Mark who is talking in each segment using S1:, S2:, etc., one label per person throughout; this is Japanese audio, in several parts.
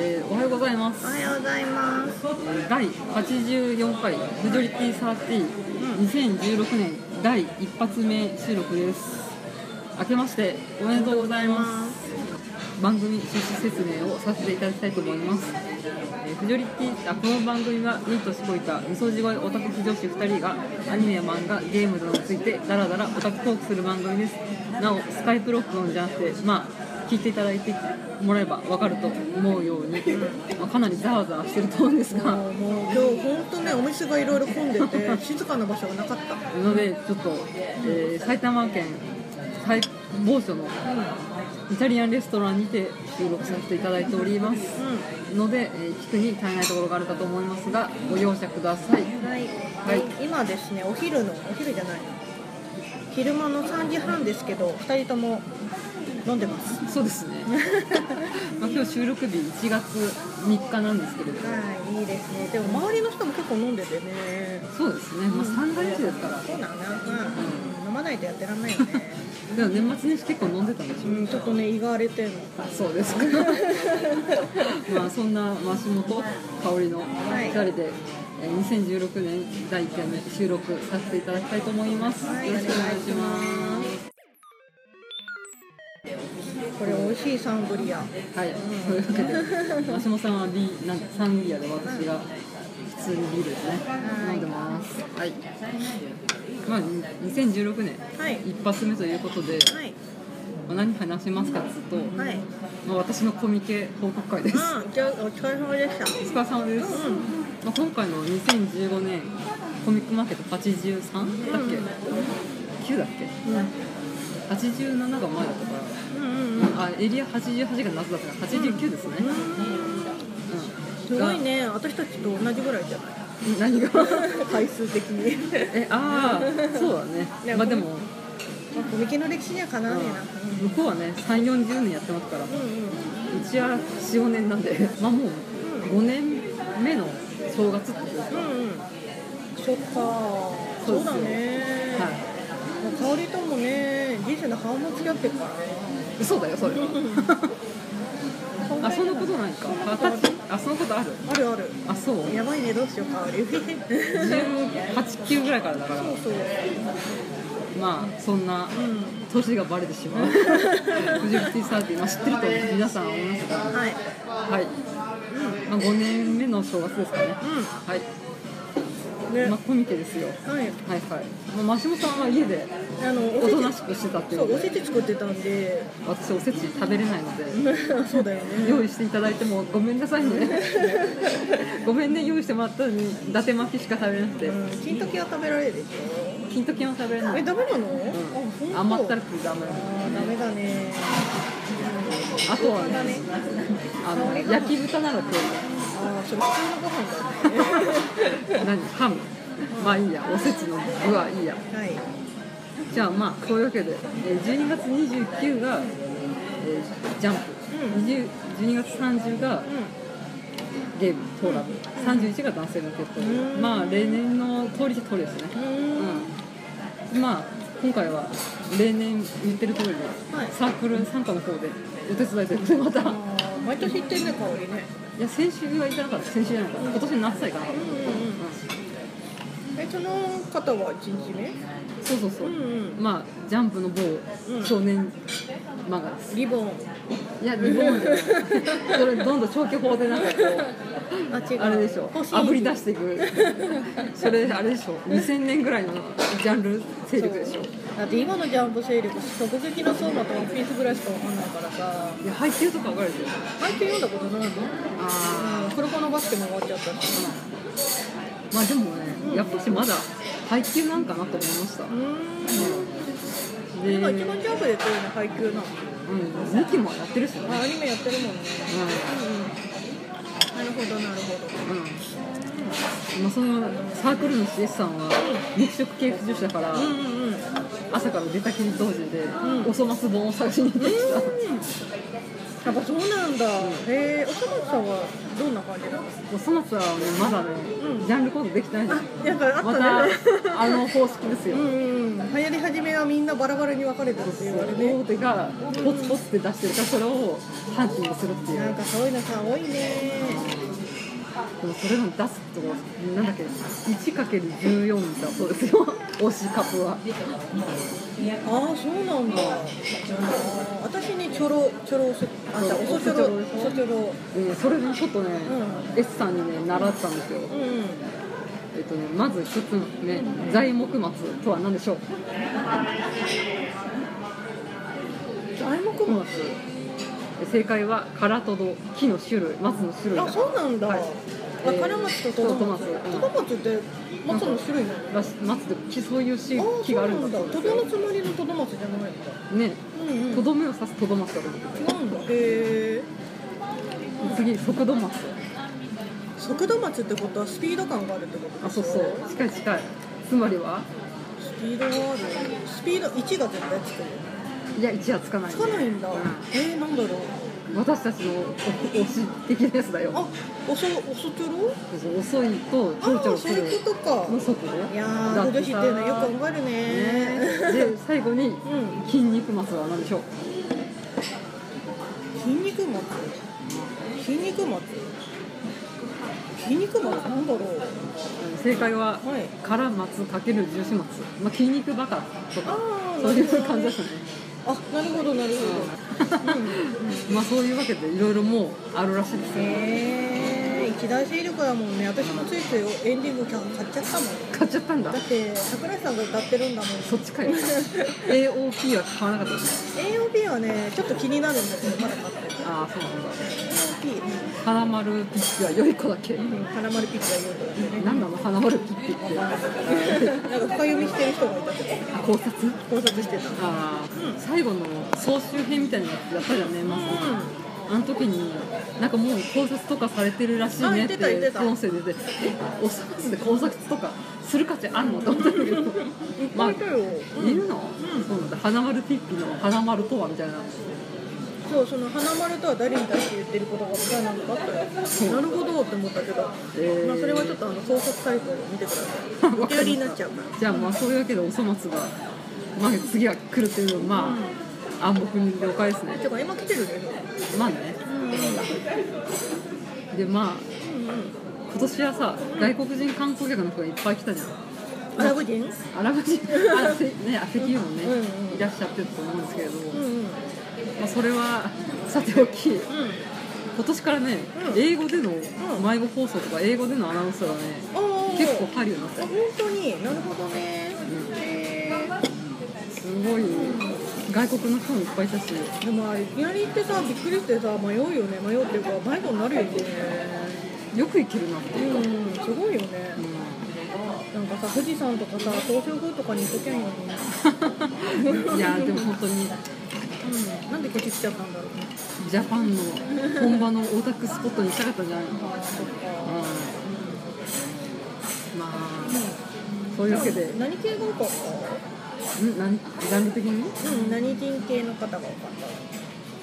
S1: ざいます
S2: おはようございます
S1: 第84回「フジョリティサーティ2016年第一発目収録です明けましておめでとうございます番組趣旨説明をさせていただきたいと思います、えーフジョリティあこの番組はニートしこいたみそじごいオタク女子2人がアニメや漫画ゲームなどについてダラダラオタクトークする番組ですなおスカイプロックオンじゃなくてまあ聞いていただいてもらえば分かると思うように、まあかなりザワザワしてると思うんですが
S2: もう今日本当ねお店がいろいろ混んでて 静かな場所がなかった
S1: のでちょっと、えー埼玉県最某所のイタリアンレストランにて収録させていただいております
S2: う
S1: ので、えー聞くに足りないところがあるかと思いますがご容赦ください
S2: んはい、
S1: はい
S2: 今ですねお昼のお昼じゃない昼間の3時半ですけど2人とも飲んでます
S1: そうですね、まあ、今日収録日1月3日なんですけれども
S2: はいいいですねでも周りの人も結構飲んでてね
S1: そうですね、まあ、三が日ですから
S2: そうなんだ、うん、飲まないとやってらんないよ ね
S1: でも年末年始結構飲んでたんでしょ
S2: うんちょっとね胃が荒れてんの
S1: あそうですか まあそんな松本香りの
S2: い
S1: 2人で、えー2016年第1回目収録させていただきたいと思います、
S2: はい
S1: よろしくお願いし
S2: お願
S1: ま
S2: いしこれ美味しいサングリア
S1: すはいというわけで松本さんはビーなんかサンリアで私が普通にビールですね
S2: は
S1: 飲
S2: い
S1: んでますはいまあ2016年
S2: はい
S1: 一発目ということで、
S2: はい
S1: まあ何話しますかっつうと、
S2: はい
S1: まあ、私のコミケ報告会です、
S2: うんじゃあお疲れ様でした
S1: お疲れ様です、
S2: うん
S1: まあ、今回の2015年コミックマーケット83だっけ、9だっけ87が前だったか
S2: うんうんうん
S1: ら、あエリア88が夏だったから89ですね、うん
S2: すごいね私たちと同じぐらいじゃない
S1: が何 が
S2: 回数的に
S1: えああそうだ
S2: ね
S1: ねまあでも
S2: まあコミケの歴史にはかなわねえ
S1: 向
S2: な
S1: こうはね3 4 0年やってますからう
S2: うんうんうん
S1: ちは45年なんでまあもう5年目の正月ってことですか、
S2: うんうんそっか
S1: そう
S2: そ
S1: ですよ
S2: うだね
S1: は
S2: もう香りともね人生の半分付き合ってるから
S1: いそうだよそれは あそんなことないか
S2: あ
S1: 二十歳あそんなことある
S2: あるある
S1: あそう
S2: やばいねどうしよう香りそう
S1: 189ぐらいからだから
S2: そう
S1: まあそんな
S2: うん
S1: 年がバレてしまうフジフティサーティまあ知ってると皆さん思いますが
S2: はい
S1: はい、まあ、5年目の正月ですかね
S2: う
S1: はい、
S2: んね
S1: まあ、コミケですよ
S2: はい
S1: はいはい、まあ、増本さんは家で
S2: あの
S1: おとなしくしてたってい
S2: そうう
S1: の
S2: おせ
S1: で
S2: ち作ってたんで
S1: 私おせち食べれないので
S2: そうだよね
S1: 用意していただいてもごめんな さいねごめんね用意してもらったのに伊達巻きしか食べれなくて
S2: うん金時は食べられるでしょ
S1: 金時も食べれな
S2: え
S1: い、
S2: ダメなの、
S1: う
S2: あ
S1: ん、
S2: ほ
S1: 甘
S2: んと
S1: ったるくてダメ
S2: あーダメだね
S1: あとは
S2: だね
S1: ねあの焼き豚なら食え
S2: ああそれ普通のご飯だね
S1: る何ハムまあいいやおせちの具はいいや
S2: はい
S1: じゃあまあそういうわけでえー12月29が、えージャンプ
S2: うん
S1: 20 12月30がゲームトーラム31が男性の結
S2: う
S1: 婚
S2: ん
S1: まあ例年の通りじゃ通りですね
S2: うんう
S1: う
S2: ん
S1: んまあ今回は例年言ってる通りで
S2: はい
S1: サークル参加の方でお手伝いということでまた
S2: あー毎年行ってんね香りね
S1: いや先週は行かなかった先週じゃなかった今年の夏さ行かなかっ
S2: うんうんうんえその方は一日目
S1: たそうそうそう、
S2: うん
S1: まあジャンプの某少年漫画です、
S2: リボン
S1: いやリボ ンじゃないそれどんどん消去法でなんかこ
S2: あ違
S1: うあれでしょ
S2: 星
S1: 炙り出していくそれあれ でしょ2000年ぐらいのジャンル勢力でしょ
S2: だって今のジャンプ勢力直撃の相馬とワンピースぐらいしかわかんないからさ
S1: いや配給とか分かるでしょ
S2: 配球読んだことないの
S1: あ
S2: うん、黒子のバスケも終わっちゃったし
S1: まあでもねやっぱしまだ配給なんかなと思いました、
S2: うー
S1: で、
S2: ん
S1: う
S2: なん
S1: ん、
S2: か一番ジャンプでやってるの配給なの
S1: 2期もやってるしね、
S2: あアニメやってるもんね
S1: うん
S2: うんうんなるほどなるほど
S1: うんまあ、そのサークルの CS さんは肉食系不女子だから、
S2: うんうんうん
S1: 朝から出たきり同時で、
S2: ん
S1: おそ松本を探しに行ってきた、
S2: やっぱそうなんだへえおそ松さんはどんな感じなの
S1: おそ松はねまだね、
S2: うん
S1: ジャンルコードできてないじゃん
S2: なんかあ
S1: ま
S2: ったね
S1: たあの方式ですよ、
S2: う
S1: うん
S2: んうん流行り始めはみんなバラバラに分かれてるって言われね
S1: 大手がポツポツって出してるからそれをハンティングするってい
S2: なん
S1: う
S2: かそういうのさ多いね
S1: でもそれの出すとなんだっけ 1×14 だそうですよ推しカプは
S2: ああそうなんだ私にちょろちょろおそあじゃあおそちょろおそちょろ
S1: えーそれねちょっとね、S さんにね習ったんですよ、
S2: うんうん
S1: えっとね、まず一つ目材木松とは何でしょう
S2: 材木松
S1: 正解は空とど木の種類松の種類
S2: あそうなんだ、
S1: はい
S2: あ
S1: えー
S2: カラマツとトドマ
S1: トドマツ
S2: ツ
S1: う
S2: ト
S1: ん
S2: ドマツって松の種類なのあ
S1: らし松って木そういうし
S2: あ
S1: 木
S2: そ
S1: があ
S2: う
S1: る
S2: なん
S1: ん
S2: だ
S1: だ
S2: トドのつもりのトドマツじゃないんだ
S1: ね
S2: うんうん
S1: とどめを刺すとどまつだと思ってて
S2: 違うんだへえ
S1: 次速度松
S2: 速度待ちってことはスピード感があるってこと
S1: あ
S2: でし
S1: そ
S2: ょ
S1: うそう近い近いつまりは
S2: スピードがあるスピード1が絶対つくよ
S1: いや一夜つかない
S2: つかないんだ、
S1: うん
S2: えー、なんだろう
S1: 私たちのお推し的なやつだよ
S2: あおそおそちょろ
S1: そう遅いとち
S2: あ
S1: ょろちょ
S2: あ
S1: ろ
S2: そ
S1: す
S2: う
S1: る
S2: いうことか
S1: の速度
S2: いやー
S1: だ
S2: 古
S1: て
S2: いって
S1: さ
S2: いうのはよくわかるね
S1: ねで最後に
S2: うん
S1: 筋肉マスは何でしょう
S2: 筋肉松筋肉松筋肉松なんだろう
S1: 正解は
S2: はい
S1: から松かける重始末、まあ、筋肉バカとか
S2: あー
S1: そういう
S2: なるほど
S1: 感
S2: ね
S1: じですね
S2: あなるほどなるほど、うん、
S1: まあそういうわけでいろいろもうあるらしいですね
S2: へえ一大勢力だもんね私もついついエンディング曲買っちゃったもん
S1: 買っちゃったんだ
S2: だって桜井さんが歌ってるんだもん
S1: そっちか よ AOP は買わなかったですね
S2: AOP はねちょっと気になるんだけどまだ買ってない
S1: ああそうなんだ
S2: AOP
S1: 花丸ピッチは良い子だけ
S2: うん花丸ピッチが言うとだ
S1: 何なの花丸ピッチって
S2: よねなんか深読みしてる人がいたけど
S1: 考察
S2: 考察してた
S1: ああ、最後の総集編みたいなやつやったじゃんねまず、
S2: う
S1: あの時になんかもう考察とかされてるらしい
S2: あ
S1: ね
S2: 言
S1: っ
S2: っててた言ってた
S1: 音声出て「えおさつで考察とかする価値あんの?」と思ったんだけど
S2: んいっ
S1: ま
S2: ぱ
S1: あ
S2: いいたよ、
S1: いるの、そうなんだ花丸ピッピの花丸とはみたいな
S2: そうその花丸とは誰に対して言ってることがみたいなのがあった
S1: そう
S2: よなるほどって思ったけど、
S1: えー
S2: まあ、それはちょっとあの考察サイトを見て くださいお手寄りになっちゃうから
S1: じゃあまあそういうわけでおそ松が、まあ、次は来るというのはまあ、暗黙の了解ですね
S2: てか今来てるけど
S1: まあね
S2: うん
S1: でまあ
S2: うん
S1: 今年はさ外国人観光客の人がいっぱい来たじゃん
S2: アラブ人
S1: アラブ人あせねあ石油もね、
S2: うんうん
S1: いらっしゃってると思うんですけれども、
S2: うんうん
S1: まあ、それはさておき
S2: うん
S1: 今年からね、
S2: うん
S1: 英語での
S2: ん
S1: 迷子放送とか英語でのアナウンスがね、
S2: おー
S1: 結構入るようになっ
S2: あ
S1: た
S2: 本当になるほどねへ
S1: すごい外国の人もいっぱいいたし
S2: ーでもあれいきなり行ってさびっくりしてさ迷うよね迷うっていうか迷子になるよね
S1: よく行けるな っていうか、
S2: うんすごいよねなんかさ富士山とかさ東照宮とかに行っときゃいいのに、
S1: うんいやでも本当に
S2: うん、なんでこっち来ちゃったんだろうね
S1: ジャパンの本場のオタクスポットに行きたかったんじゃないの、うん、
S2: あそっか
S1: まあそういうわけで
S2: うん何系が多かっ
S1: ん何ジャンル的に
S2: たうん何人系の方が多かっ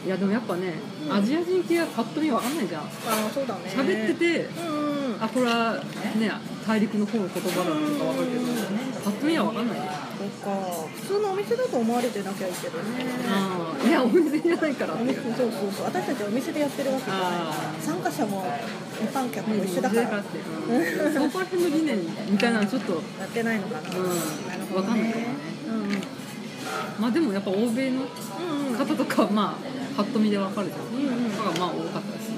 S1: いやでもやっぱね、アジア人系はぱっと見わかんないじゃん
S2: たああそうだね
S1: 喋ってて、
S2: うんうん
S1: あこれはね大陸の方の言葉だとかわかるけどぱっと見はわかんないね
S2: そっか普通のお店だと思われてなきゃいいけどね
S1: あーいやお店じゃないからっ
S2: お
S1: てい
S2: 店
S1: う
S2: そうそうそう私たちお店でやってるわけじゃ
S1: あ
S2: ない参加者も一般客
S1: ー
S2: も一緒だからや
S1: っていううんそこら辺の理念みたいなのちょっと、うん、
S2: ってないのかな、なるほ
S1: わ
S2: ど
S1: かんない
S2: ね
S1: けどね
S2: うんうん
S1: まあでもやっぱ欧米の
S2: うん
S1: 方とかはまあぱっと見でわかるじゃん
S2: うんうん
S1: とかまあ多かったですね、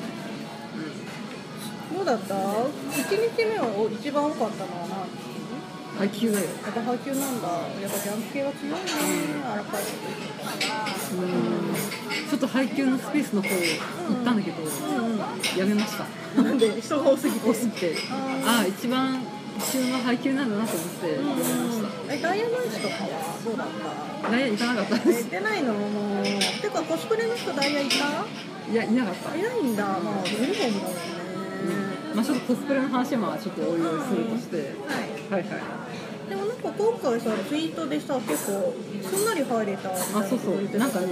S2: どうだった1日目はお一番多かったのはなや
S1: うん、配給だよ
S2: っぱ配給なんだやっぱジャンプ系は強いねあらかじ
S1: うんちょっと配給のスペースの方行ったんだけど、
S2: めうん
S1: やめました
S2: うんなんで人が多すぎて
S1: 多すぎてああ一番旬は配給なんだなと思ってやめました
S2: えダイヤモンドとかはどうだった
S1: ダイヤ行かなかったで
S2: え
S1: す
S2: 出ないのもうてかコスプレの人ダイヤいた
S1: いやいなかった、
S2: いないんだ、まあ、ユニフォームだもんね。
S1: まあちょっとコスプレの話はまあちょっとおいおいするとして、
S2: はい。
S1: はいはい
S2: でもなんか今回さ、ツイートでさ、結構すんなり入れたみたいなこと言
S1: あそう
S2: ってたけど
S1: そうなんかね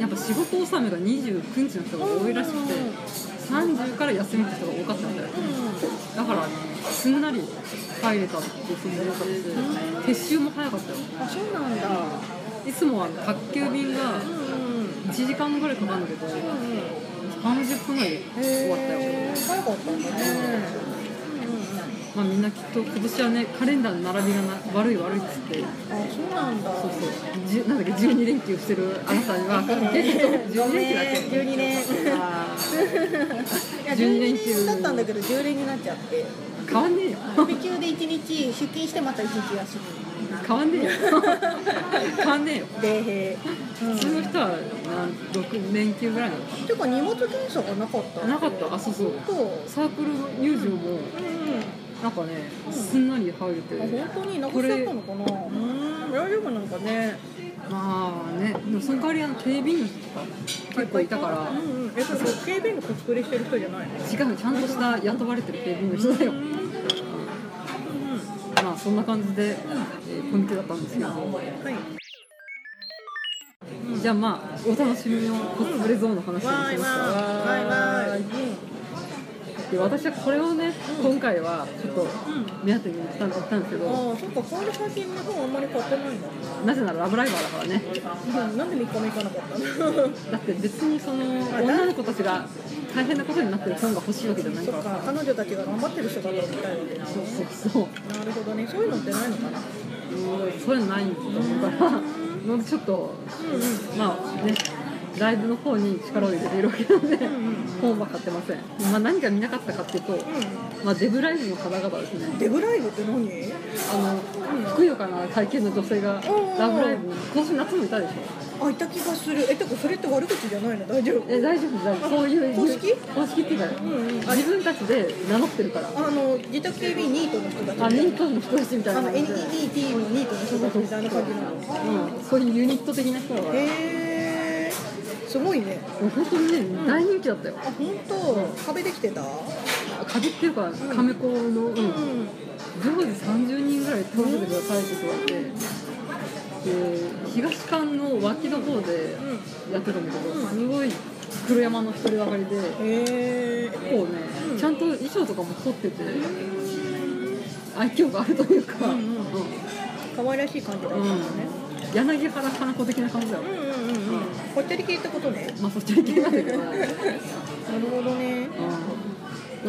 S1: やっぱ仕事納めが29日の人が多いらしくて
S2: うん
S1: 30から休みの人が多かったみたいだからねすんなり入れたってすごい良かったし撤収も早かったよ
S2: うん。あ、そうなんだ。
S1: いつもは宅急便が
S2: うんうん。
S1: 1時間ぐらいかかるんだけど30分ぐらいで終わったよ
S2: へー早なかったんだね。
S1: まあ、みんなきっと今年はねカレンダーの並びがな悪い悪いっつって
S2: うんうん、あ、そうなんだ。
S1: そうそうじゅなんだっけ12連休してるあなたには12連休だっけ
S2: 12連
S1: あ
S2: いや
S1: 12
S2: 12
S1: 連
S2: 連
S1: 休
S2: だったんだけど10連になっちゃって
S1: ー変わんねえよ
S2: 飛び級で1日出勤してまた1日休み
S1: 変わんねえよ変わんねえよ
S2: 米兵、うん、
S1: 普
S2: て
S1: 通の人はなん6連休ぐらいなのか
S2: いうか荷物検査がなかった
S1: ななかったあそうそう
S2: そう
S1: サークル入場も
S2: うん
S1: なんかね
S2: うん
S1: すんなり入れて
S2: あ本当になくしちゃったのかなうん大丈夫なんかね
S1: まあねでもその代わりあの警備員の人とか結構いたから
S2: うんうんえそれ警備員のコスプレしてる人じゃないの
S1: 違うちゃんとした雇われてる警備員の人だよまあそんな感じで、えー、コミケだったんですけど
S2: はい
S1: じゃあまあお楽しみのコスプレゾーンの話をしま
S2: わー
S1: し
S2: い
S1: た
S2: わーいわーいわーい
S1: で私はこれをね今回はちょっと目当てに行ったん行ったんですけ
S2: うん
S1: ど
S2: ああそっかこれ最近の本あんまり買ってないんだ
S1: なぜならラブライバーだからね
S2: うんなんで3日も行かなかったの
S1: だって別にその女の子たちが大変なことになってる本が欲しいわけじゃない
S2: そ
S1: か
S2: っ
S1: ら
S2: か彼女たちが頑張ってる人だとみたいな
S1: そうそうそう
S2: なるほどねそういうのってないのかな
S1: そういうのないと思うから のでちょっと
S2: う
S1: まあねライブの方に力を入れているわけなんで
S2: んうん
S1: 本は買ってません、まあ、何が見なかったかっていうと、まあ、デブライブの方々ですね
S2: デブライブって何
S1: あの、ふくよかな体験の女性が
S2: う
S1: 「
S2: ん
S1: ラブライブ!」今年夏もいたでしょ
S2: あいた気がするえてかそれって悪口じゃないの大丈夫
S1: え大丈夫大丈夫そういう
S2: 公式
S1: 公式っていうか、
S2: んうん
S1: 自分たちで名乗ってるから
S2: あの自宅警備員ニートの人たち
S1: あニートの人たちみたいな
S2: あの
S1: 感じ
S2: NEET
S1: で、
S2: のニートの人たちみたいな感じなの
S1: うん、そういうユニット的な人だからも
S2: へえすごいね
S1: う本当にね、大人気だったよ
S2: あ本当壁できてた
S1: 壁っていうかカメコの、うん
S2: うん
S1: 常時30人ぐらい倒れてくださいって言われて、で東館の脇の方でやってたんだけど、
S2: うん
S1: すごい黒山の一人上がりで、
S2: へえ
S1: 結構ね、
S2: うん
S1: ちゃんと衣装とかも凝ってて、愛嬌があるというか、
S2: うんうん可愛らしい感じだった
S1: うんん
S2: だね
S1: 柳原加奈子的な感じだよ、
S2: うんうんうんうんこってり系ってことね
S1: まあそっちの意見なんだけど、うん
S2: なるほどね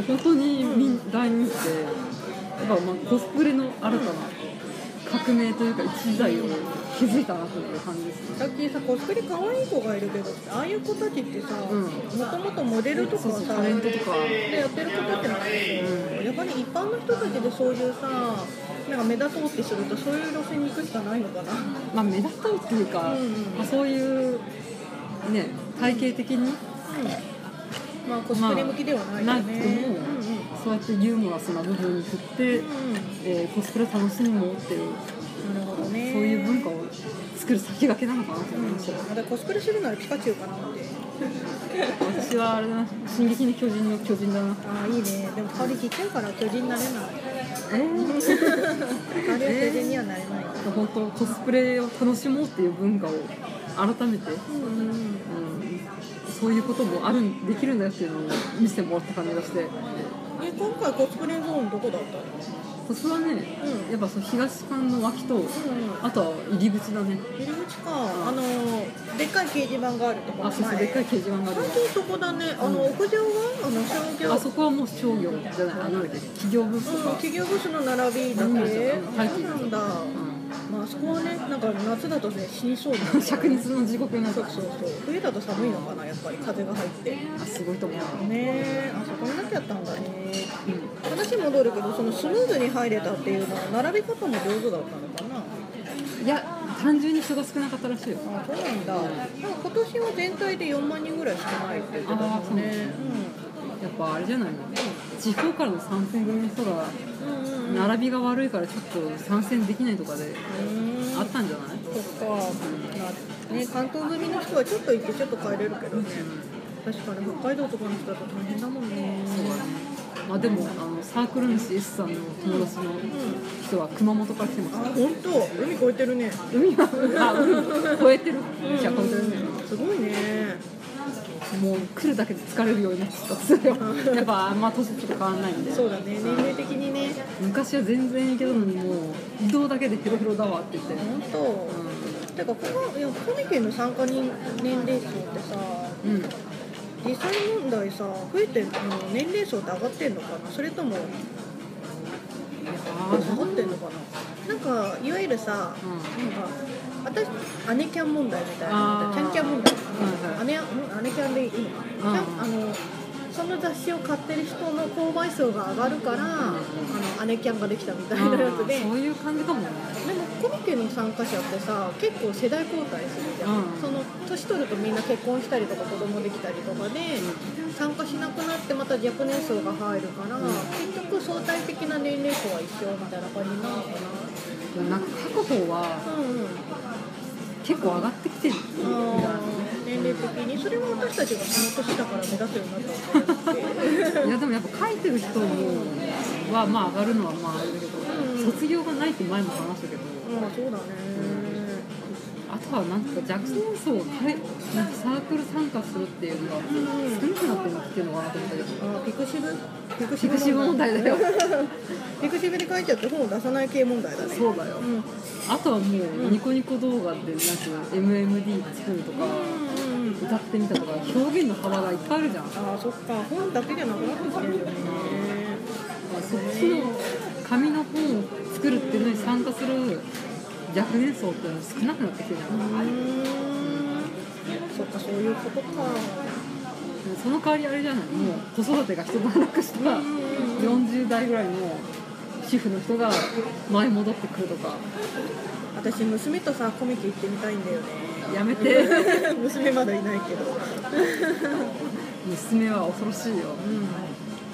S1: 本当にみん大人気で、やっぱまあコスプレの新たな革命というか、一時代を築いたなという感じですね。
S2: 最近さコスプレ可愛い子がいるけどああいう子たちってさ
S1: うん
S2: もともとモデルとか
S1: そう
S2: さ
S1: そうタレントとか
S2: でやってる子たちなんだけど、やっぱり一般の人たちでそういうさなんか目立とうってするとそういう路線に行くしかないのかな
S1: まあ、目立とうっていうか、
S2: うんうん
S1: まあ、そういう、ね、体系的に
S2: まあコスプレ向きではないよ
S1: まあ
S2: ね、
S1: ないと思うそうやってユーモラスな部分に振って、
S2: うんうん、うん
S1: えーコスプレ楽しむもっていう
S2: なるほどね
S1: そういう文化を作る先駆けなのかなと思いました、
S2: まだコスプレするならピカチュウかなって
S1: 私はあれだな「進撃の巨人」の巨人だな
S2: ああいいねでも顔でちっちゃいから巨人になれない
S1: え
S2: あれは巨人にはなれない、
S1: ー、本当コスプレを楽しもうっていう文化を改めて、
S2: うんうん
S1: うん、そういうこともあるんできるんだよっていうのを見せてもらった感じがして
S2: え今回コスプレゾーンどこだったの
S1: 私はね、
S2: うん
S1: やっぱその東館の脇と、
S2: ん
S1: あとは入り口だね
S2: 入り口かあのでっかい掲示板があるとこ
S1: あそうそうでっかい掲示板がある
S2: 最近そこだねあの
S1: うん
S2: 屋上があの商業
S1: あそこはもう商業じゃないあなんだっけ企業ブース
S2: う
S1: と
S2: ん
S1: か、
S2: 企業ブースの並びだ
S1: う
S2: け、
S1: ん
S2: そうなんだ、まああそこはねなんか夏だとね死にそうな
S1: うん、灼熱の地獄になっ
S2: そ
S1: た
S2: うそうそう冬だと寒いのかなやっぱり風が入ってね
S1: あすごいと思う、
S2: えあそこになっちゃったんだね
S1: うん
S2: 話戻るけどそのスムーズに入れたっていうのは並び方も上手だったのかない
S1: や単純に人が少なかったらしいよ
S2: あそうなんだ。でも今年は全体で4万人ぐらいしかないって言ってたもんね。
S1: やっぱあれじゃないの地方からの参戦組の人が
S2: うんうんうんうん。
S1: 並びが悪いからちょっと参戦できないとかであ
S2: あ
S1: ったんじゃない、
S2: そっか。まあね関東組の人はちょっと行ってちょっと帰れるけどね。確かに北海道とかの人だと大変だもんね。
S1: そうだねまあでもあのサークル主 S さんの友達の人は熊本から来てま
S2: あ
S1: す
S2: 本当海越えてるね。
S1: 海はあ海超えてるじゃ超えてるね
S2: すごいね。
S1: もう来るだけで疲れるようになっちゃったそれはやっぱあんま年と変わんないんで
S2: そうだね年齢的にね。
S1: 昔は全然行けたのにもう移動だけでヘロヘロだわって言って、
S2: 本当。てかこのいやコミケの参加人年齢層ってさ。
S1: うん、うん、
S2: 実際問題さ増えてるの年齢層って上がってんのかなそれとも
S1: あ
S2: 下がってんのかななんかいわゆるさ
S1: うん
S2: なんか私姉キャン問題みたいな
S1: あー
S2: キャンキャン問題
S1: はいはい
S2: 姉ん姉キャンでいいのかな
S1: うん
S2: キャンあのその雑誌を買ってる人の購買数が上がるからあの姉キャンができたみたいなやつで
S1: あーそういう感じかもね
S2: でもコミケの参加者ってさ結構世代交代するじゃん、
S1: うん
S2: その年取るとみんな結婚したりとか子供できたりとかで、参加しなくなってまた若年層が入るから、
S1: うん
S2: 結局相対的な年齢層は一緒みたいな感じなのかな
S1: でもなんか各方は
S2: うんうん
S1: 結構上がってきてるみたい
S2: あー年齢的にそれは私たちがこの年だから目立つようになったのかなって
S1: いやでもやっぱ書いてる人もはまあ上がるのはまああれだけど、
S2: うん
S1: 卒業がないって前も話したけど、
S2: まあそうだね
S1: あとはなんか若年層を変えなんかサークル参加するっていうのが
S2: うんうん
S1: 少なくなってますっていうのかなと思ったけど
S2: あーピクシブピク
S1: ピクシブ問題だよ
S2: ピクシブに書いちゃって本を出さない系問題だね
S1: そうだよ
S2: うん
S1: あとはもうニコニコ動画でなんか MMD 作るとか
S2: うんうん
S1: 歌ってみたとか表現の幅がいっぱいあるじゃん
S2: ああそっか本だけじゃなくなってきてるよね
S1: そっちの紙の本を作るっていうのに参加する若年層っていうのは少なくなってきてるじゃ
S2: うー
S1: ん
S2: んそっかそういうことか
S1: その代わりあれじゃないもう子育てが一段落した
S2: うんうんうん
S1: 40代ぐらいの主婦の人が前戻ってくるとか
S2: 私娘とさコミケ行ってみたいんだよね
S1: やめて
S2: 娘まだいないけどう
S1: 娘は恐ろしいよ
S2: ん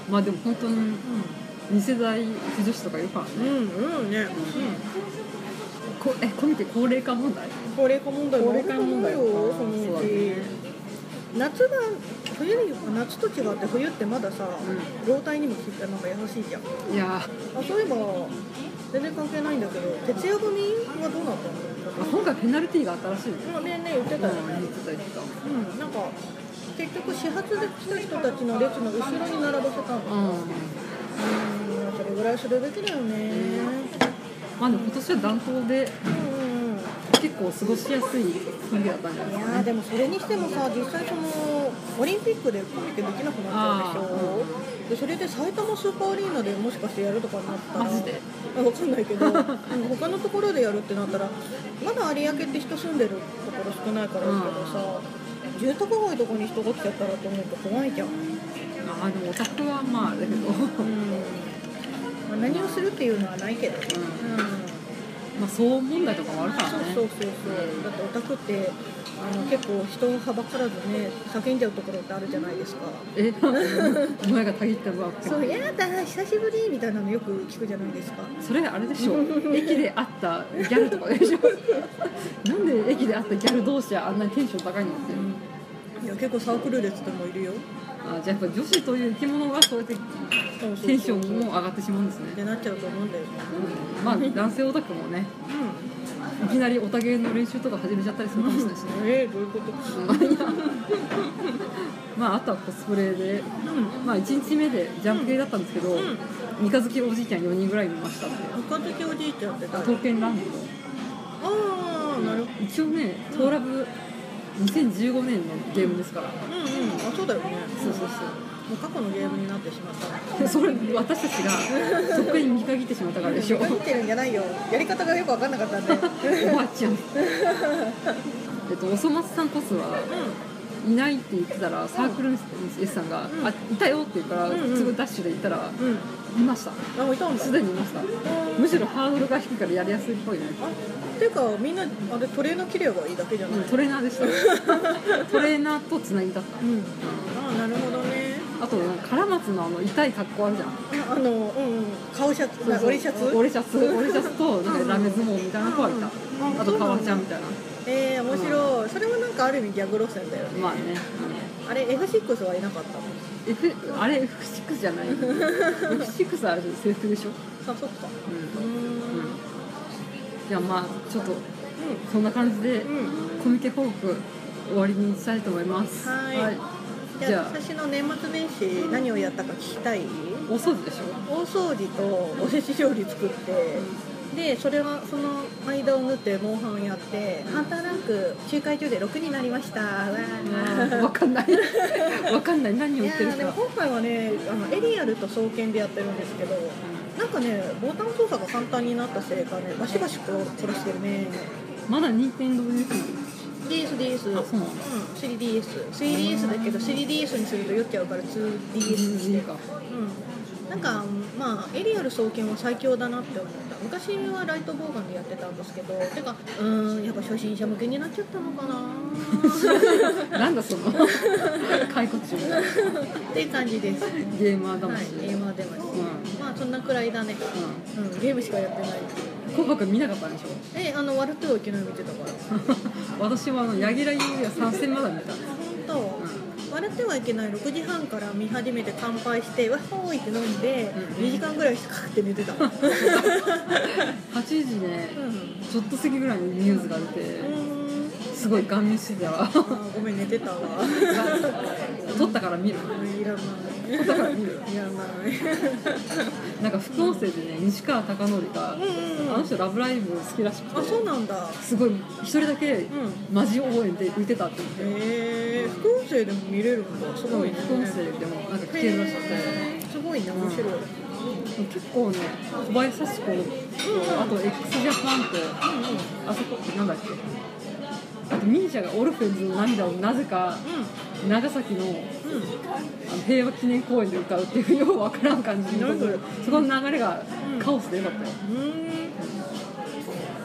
S1: まあでも本当に2世代婦女子とかいるからね
S2: うんうんね
S1: こえコミケ高齢化問題
S2: 高齢化問題
S1: 高齢化問題
S2: よ
S1: か
S2: その
S1: そうだ
S2: うち
S1: ね
S2: 夏が冬より夏と違って冬ってまださ、
S1: う
S2: 老体にもきなんか優しいじゃん
S1: いや
S2: あそういえば全然関係ないんだけど徹夜組はどうなっ
S1: ー
S2: たの
S1: 今回ペナルティーが新しいね
S2: まあねね言ってたよね
S1: 言ってた言ってた
S2: うんなんか結局始発で来た人たちの列の後ろに並ばせたの
S1: うん
S2: うんそれぐらいするべきだよね
S1: まあでも今年は暖冬で
S2: うんうん
S1: 結構過ごしやすい雰囲気だったんじゃないで
S2: いや
S1: す
S2: ー
S1: かね
S2: でもそれにしてもさ実際そのオリンピックでコミケできなくなっちゃうでしょ、でそれで埼玉スーパーアリーナでもしかしてやるとかになったら
S1: マジで
S2: あわかんないけどうん他のところでやるってなったらまだ有明って人住んでるところ少ないからいいけどさ、住宅街とかに人が来ちゃったらと思うと怖いじゃん、
S1: まあでもオタクはまあだけど、うん
S2: まあ、何をするっていうのはないけどね、うん
S1: まあ、そう問題とかもあるから
S2: そう
S1: ね
S2: そうそうそうだってオタクってあの結構人をはばからずね叫んじゃうところってあるじゃないですか
S1: えお前がたぎったわ
S2: そうやだ久しぶりみたいなのよく聞くじゃないですか
S1: それあれでしょ駅で会ったギャルとかでしょなんで駅で会ったギャル同士はあんなにテンション高いのって、
S2: いや結構サークル列でもいるよ
S1: あじゃあやっぱ女子という生き物がそうやってテ
S2: テ
S1: ンションも上がってしまうんです
S2: っ
S1: ね、
S2: てなっちゃうと思うんだよね
S1: うんまあ男性オタクもねいきなりオタ芸の練習とか始めちゃったりするかもしれないしね
S2: うんえー、どういうこと
S1: まああとはコスプレで、
S2: う
S1: まあ1日目でジャンプ系だったんですけど、
S2: ん
S1: 三日月おじいちゃん4人ぐらい見ましたって
S2: ん赤月おじいちゃんって誰
S1: 刀剣乱舞の
S2: ああなるほど
S1: 一応ね「トーラブ」2015年のゲームですから、
S2: うんうんあそうだよね
S1: そうそう
S2: もう過去のゲームになってしまった
S1: そうそれ私たちがそこに見限ってしまったからでしょ
S2: 何言ってるんじゃないよやり方がよく分かんなかったんで
S1: おばあちゃんえっとおそ松さんこそはいないって言ってたらサークル S さんが「あいたよ」って言うから
S2: うんうん
S1: すぐダッシュで行ったら
S2: うんうん
S1: いました
S2: あもういたんだ
S1: すでにいましたむしろハードルが低いからやりやすいっぽいね
S2: あっていうかみんなあれトレーナー切ればいいだけじゃな
S1: う
S2: い
S1: んトレーナーでした トレーナーとつなぎだった
S2: うんああなるほどね
S1: あと唐松のあの痛い格好あるじゃん
S2: あのうんうん顔シャツな折りシャツ
S1: 折れシャツ折れシャツとなんかラメ相撲みたいな子はいた
S2: うん
S1: あと革ちゃんみたいな
S2: ええ面白い、それもなんかある意味ギャグ路線だよね
S1: まあね
S2: あれ F6 はいなかったの
S1: F あれ F6 じゃない F6 はあれ制服でしょ
S2: さそっか
S1: うん
S2: うーん
S1: じゃあまあちょっとそんな感じで
S2: うん
S1: コミケ報告終わりにしたいと思います
S2: はいじ
S1: じ
S2: ゃあ
S1: ゃ
S2: 私の年末年始何をやったか聞きたい
S1: あお掃除でしょ
S2: 大掃除とおせち料理作ってでそれはその間を縫ってモンハンやってハンターランク周回中で6になりましたわー
S1: わかんないわかんない何
S2: い
S1: を
S2: や
S1: 言ってる
S2: ーでも
S1: か
S2: 今回はねあのエリアルと双剣でやってるんですけどなんかねボタン操作が簡単になったせいかねバシバシこう殺してるね
S1: まだ任天堂ですね
S2: DS、DS、うん、
S1: あそうなの
S2: 3DS、3DS だけど 3DS にすると酔っちゃうから 2DS にして
S1: か
S2: うん、なんかまあエリアル双剣は最強だなって思った昔はライトボーガンでやってたんですけどてかうーんやっぱ初心者向けになっちゃったのかな
S1: なんだそ の解雇中
S2: っていう感じですはい
S1: ゲーマー魂、
S2: ゲームは出まし
S1: うん
S2: たまあそんなくらいだね、
S1: う
S2: うん、ゲームしかやってない
S1: ん紅白見なかったんでしょ
S2: えあのワルトゥーを昨日見てたから
S1: 私はあの柳楽優弥参戦まだ見た
S2: 本当割れてはいけない6時半から見始めて乾杯してわっほーいって飲んで
S1: うん
S2: 2時間ぐらいしかかって寝てた、うん、
S1: 8時ね
S2: う
S1: ちょっと過ぎぐらいにニュースが出て
S2: ーん
S1: すごい顔面してたわ
S2: あーごめん寝てたわ
S1: 撮ったから見る
S2: いらない
S1: 撮ったから見る
S2: いらない
S1: なんか副音声でね西川貴教が
S2: うんうん
S1: あの人「ラブライブ!」好きらしく
S2: あそう
S1: て
S2: なんだ
S1: すごい一人だけ
S2: う
S1: マジ応援で浮いてたって言って
S2: へえ副音声でも見れるんだす
S1: す
S2: ご
S1: ご
S2: い
S1: い
S2: ね
S1: 副音声でもなんか聞けるらしくて
S2: へーすごいね面白い、
S1: 結構ね小林幸子とあと x ジャパンとあそこなんだっけあとミーシャがオルフェンズの涙をなぜか長崎の
S2: うんうんうん
S1: あの平和記念公園で歌うっていうようわからん感じの
S2: なんだろう
S1: そこの流れが
S2: うん
S1: カオスでよかったよ、
S2: う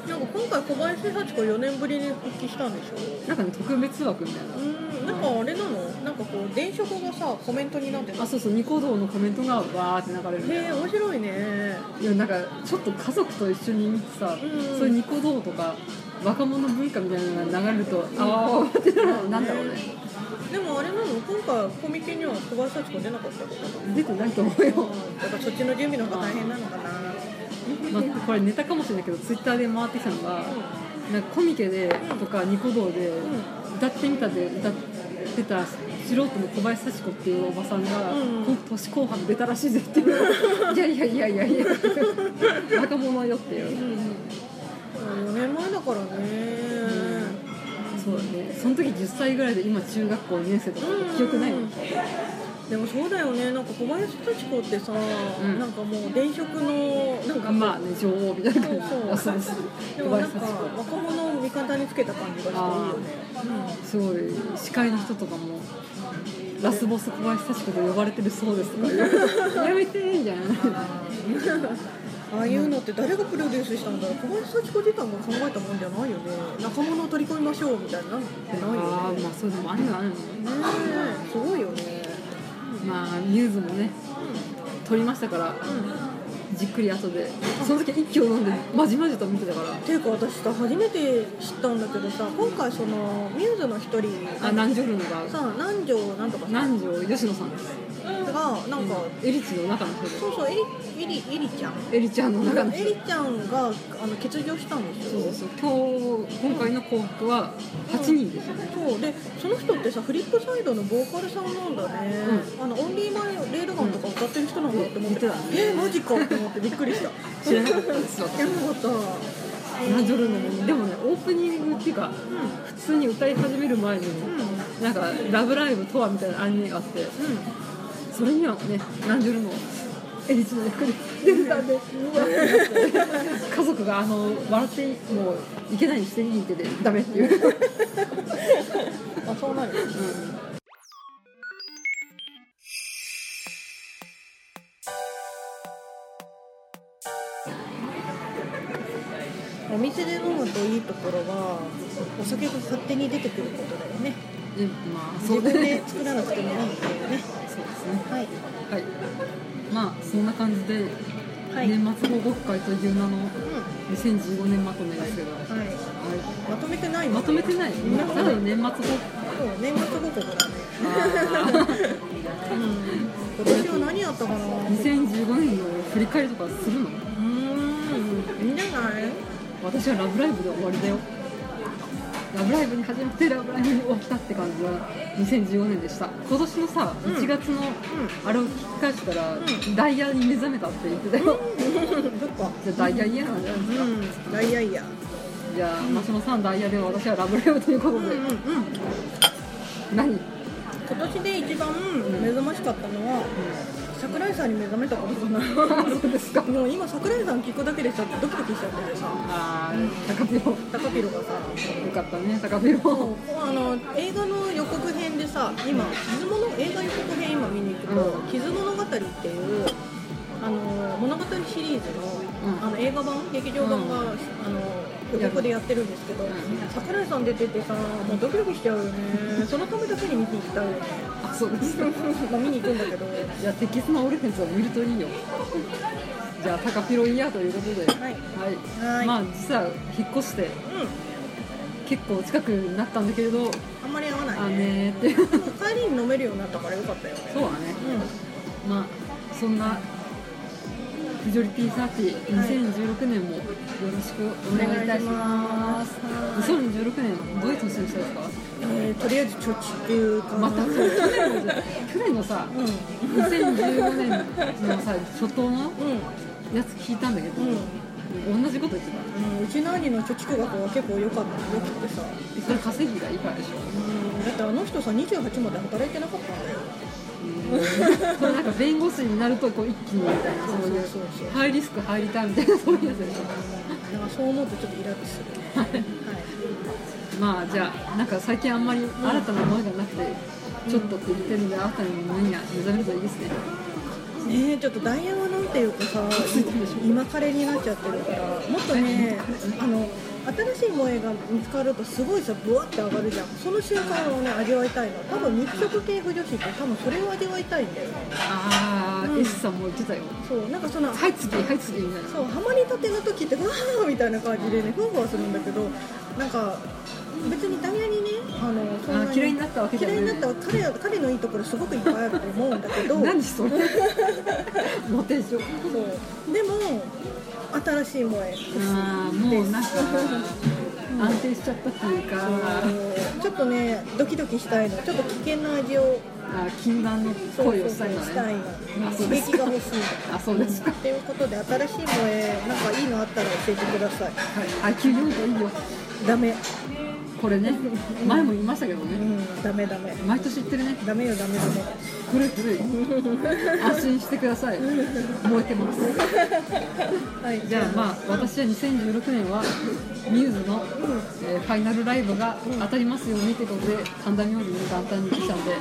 S2: ーんなんか今回小林幸子4年ぶりに復帰したんでしょ
S1: なんかね特別枠みたいうな
S2: ーんなんかあれなのなんかこう電飾がさコメントになってた
S1: あそうそうニコ動のコメントがわーって流れるみたい
S2: へえ面白いね
S1: ないやなんかちょっと家族と一緒に見てさ、
S2: うん
S1: そういうニコ動とか若者文化みたいなのが流れると、ああってなるなんだろうね
S2: でもあれなの今回コミケには小林幸子出なかったことだ
S1: 出てないと思うよ
S2: やっぱそっちの準備の方が大変なのかな
S1: まあ、これネタかもしれないけどツイッターで回ってきたのが、なんかコミケでとかニコ動で「歌ってみた」で歌ってた素人の小林幸子っていうおばさんが
S2: うん
S1: 「こ年紅白出たらしいぜ」っていう「 いやいやいやいやいや」若者よっていう
S2: 4年前だからね
S1: そうだねその時10歳ぐらいで今中学校2年生とか記憶ないの
S2: うんでもそうだよねなんか小林幸子ってさ、
S1: ん
S2: なんかもう電飾のなんか
S1: あまあね女王みたいな感じあ
S2: そ
S1: そううそう
S2: そ
S1: う
S2: で
S1: 小
S2: もなん
S1: 林
S2: か
S1: 幸子
S2: 若者を味方につけた感じがしていいよね
S1: すごい司会の人とかも「ラスボス小林幸子と呼ばれてるそうです」とか言うやめてーみたいな
S2: ああいうのって誰がプロデュースしたんだろう小林幸子自体が考えたもんじゃないよね仲間の取り込みましょうみたいになってない
S1: あ
S2: よ
S1: あ
S2: ね
S1: まあそうでもあるのあるのね
S2: ねえすごいよね
S1: まあニューズもね撮りましたから
S2: うん
S1: じっくり後でその時一気を飲んでまじまじと見てたから
S2: ていうか私さ初めて知ったんだけどさ今回そのミューズの一人
S1: あ南條ルのが
S2: さ南條なんとかさん
S1: 南條吉野さんです
S2: がなんか、
S1: エリチの中の人です
S2: そうそうエリエリエリちゃん
S1: エリちゃんの中の
S2: エ
S1: 人
S2: リちゃんがあの欠場したんです
S1: そう
S2: よ
S1: そうそう今日今回の幸福は8人ですよね
S2: そうでその人ってさフリップサイドのボーカルさんなんだね、あのオンリーマイレールガンとか歌ってる人なんだって思っ
S1: うん
S2: て、
S1: 言ってたね
S2: えーマジかって思ってびっくりした
S1: 知らなかったですよ
S2: 知らなかった
S1: 南條ルのもでもねオープニングっていうか普通に歌い始める前に
S2: うんうん
S1: なんか「ラブライブ!」とはみたいなアニメがあってそれにはね何十のエリチの役で出てた んでうわ家族があの笑ってもういけないにしていいってでダメっていう、
S2: うんあそうなるお店で飲むといいところはお酒が勝手に出てくることだよね
S1: でまあそ
S2: 自
S1: うです
S2: 分で
S1: ね
S2: 作らなくてもいいっていうね
S1: そうですね
S2: はい
S1: はいまあそんな感じで、
S2: はい、うん、
S1: 年末報告会という名の2015年まとめですけど、は
S2: はいい、まとめてない
S1: まとめてない
S2: なるほど
S1: ただの年末報告
S2: そう年末報告だね
S1: 会
S2: 今年は何やったかな
S1: 2015年の振り返りとかするの
S2: うーんいいんじゃない
S1: 私は「ラブライブ!」で終わりだよ「ラブライブ!」に始まって「ラブライブ!」に終わったって感じは2015年でした今年のさ
S2: うん
S1: 1月のあれを聞き返したら、
S2: うん
S1: ダイヤに目覚めたって言ってたよ、
S2: うんそっか
S1: じゃあダイヤ嫌なんじゃないですか、
S2: うんダイヤイヤ
S1: じゃあ松野さんダイヤで私はラブレオというこ
S2: う
S1: と
S2: ん
S1: で、
S2: うんうん
S1: 何
S2: 今年で一番目覚ましかったのは桜井さんに目覚めたことかな
S1: そうですか
S2: もう今桜井さん聞くだけでちょっとドキドキしちゃっててさ
S1: ああ高ピロよ
S2: 高ピロがさ
S1: かったね高ピロ
S2: あの映画の予告編でさ今傷物映画予告編今見に行く
S1: う
S2: と、
S1: ん
S2: 傷物語っていうあの物語シリーズの,、
S1: うん
S2: あの映画版劇場版が、
S1: うん
S2: あの予告でやってるんですけど、
S1: うん
S2: 桜井さん出ててさもうドキドキしちゃうよねそのためだけに見に行きたいよ ね
S1: あそうですか
S2: まあ見に行くんだけど
S1: じゃあテキストのオルフェンスを見るといいよじゃあ高ピロイヤーということでは
S2: はい
S1: は
S2: はい
S1: まあ実は引っ越して
S2: う
S1: 結構近くなったんだけれど
S2: んあんまり合わない
S1: あ
S2: ね
S1: ねーって
S2: でも帰りに飲めるようになったからよかったよね
S1: そうだね
S2: うん
S1: まあそんなフジョリティサーティ2016年もよろしくお願いいたします2016年どういう年にしたいですか
S2: えーとりあえず貯蓄っていう か
S1: また去年の去年のさ
S2: うん
S1: 2015年のさ初頭の
S2: うん
S1: やつ聞いたんだけど、
S2: うん、
S1: 同じこと言ってた
S2: うんうちの兄の貯蓄額は結構良かった良くてさ、
S1: それ稼ぎがいいからでしょ
S2: うん、だってあの人さ28まで働いてなかったんだよ
S1: それなんか弁護士になるとこう一気にみたいなそういう
S2: そうそう
S1: ハイリスク入りたいみたいなそういうやつでしょ
S2: だからそう思うとちょっとイラッとするねはい
S1: まあじゃあなんか最近あんまり新たな思いがなくてちょっとって言ってるんで新たな思いが目覚めるといいですね
S2: ねえちょっとダイヤはなんていうかさ今彼になっちゃってるからもっとねあの新しい萌えが見つかるとすごいさブワって上がるじゃんその瞬間をね味わいたいの多分肉食系不女子って多分それを味わいたいんだよね
S1: ああ、
S2: うん
S1: S さんも言ってたよ
S2: そうなんかその
S1: はい次はい次みたいな
S2: そうハマりたての時ってわーみたいな感じでねふわふわするんだけどなんか別にダイヤにねあのそんな
S1: あ
S2: に
S1: 嫌いになったわけじゃない
S2: 嫌いになった彼は彼のいいところすごくいっぱいあると思うんだけど
S1: 何それモテ上
S2: そうでも新しい萌え
S1: ああもうなん か安定しちゃったっていうか
S2: そうちょっとねドキドキしたいのちょっと危険な味を
S1: あー禁断の
S2: そうそう
S1: 恋をしたいの
S2: したい
S1: ね
S2: の
S1: あそう
S2: 刺
S1: です
S2: 激
S1: か
S2: が欲しい
S1: あそうですか
S2: ということで新しい萌えなんかいいのあったら教えてください
S1: はい IQ40 いいよ
S2: ダメ
S1: これね前も言いましたけど
S2: う
S1: ね
S2: んダメダメ
S1: 毎年言ってるね
S2: ダメよダメダメ
S1: 古い古い安心してください燃えてます
S2: はい、
S1: じゃあまあ私は2016年はミューズの、えーファイナルライブが当たりますようにということで神田明神に元旦に来たんで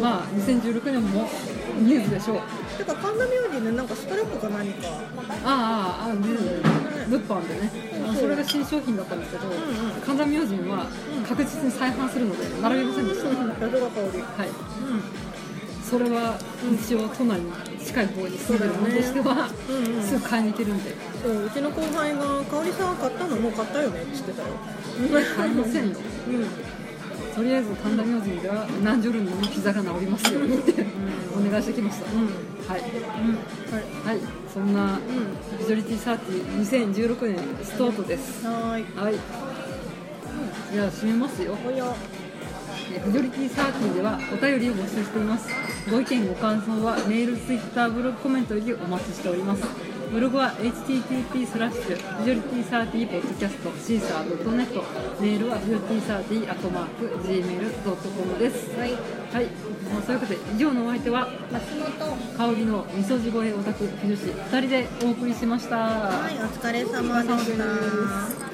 S1: まあ2016年もミューズでしょう
S2: てか神田明神でなんかストラップか何か
S1: ああああミューズ物販でねあそれが新商品だったんですけど
S2: ん
S1: 神田明神は確実に再販するので並びませんでしたは
S2: 謎が香り
S1: い
S2: うん
S1: それは一応都内に近い方に住んでるものとしては
S2: うんうん
S1: すぐ買いに行けるんで
S2: そううちの後輩が「香りさん買ったのもう買ったよね」って言ってたよ
S1: 買いませんよ
S2: うん、うん、
S1: とりあえず神田明神では何ジョルノの膝が治りますようにってお願いしてきました、はい、
S2: はい
S1: はい、そんな
S2: う
S1: 「
S2: ん
S1: ビジョリティサーティ2016年スタートです
S2: はーい
S1: はいじゃあ締めますよ
S2: おや
S1: えフジョリティサーティではお便りを募集していますご意見ご感想はメールツイッターブログコメントよりお待ちしておりますブログは http スラッシュフジョリティサーティポッドキャストシーサー .net メールはフジョリティサーティアットマーク gmail.com ですはい、はいまあ、そういうことで以上のお相手は
S2: 松本
S1: 香りの味噌地声オタクフジョシ2人でお送りしました、
S2: はいお疲れ様で
S1: お疲れ
S2: し
S1: 様です
S2: た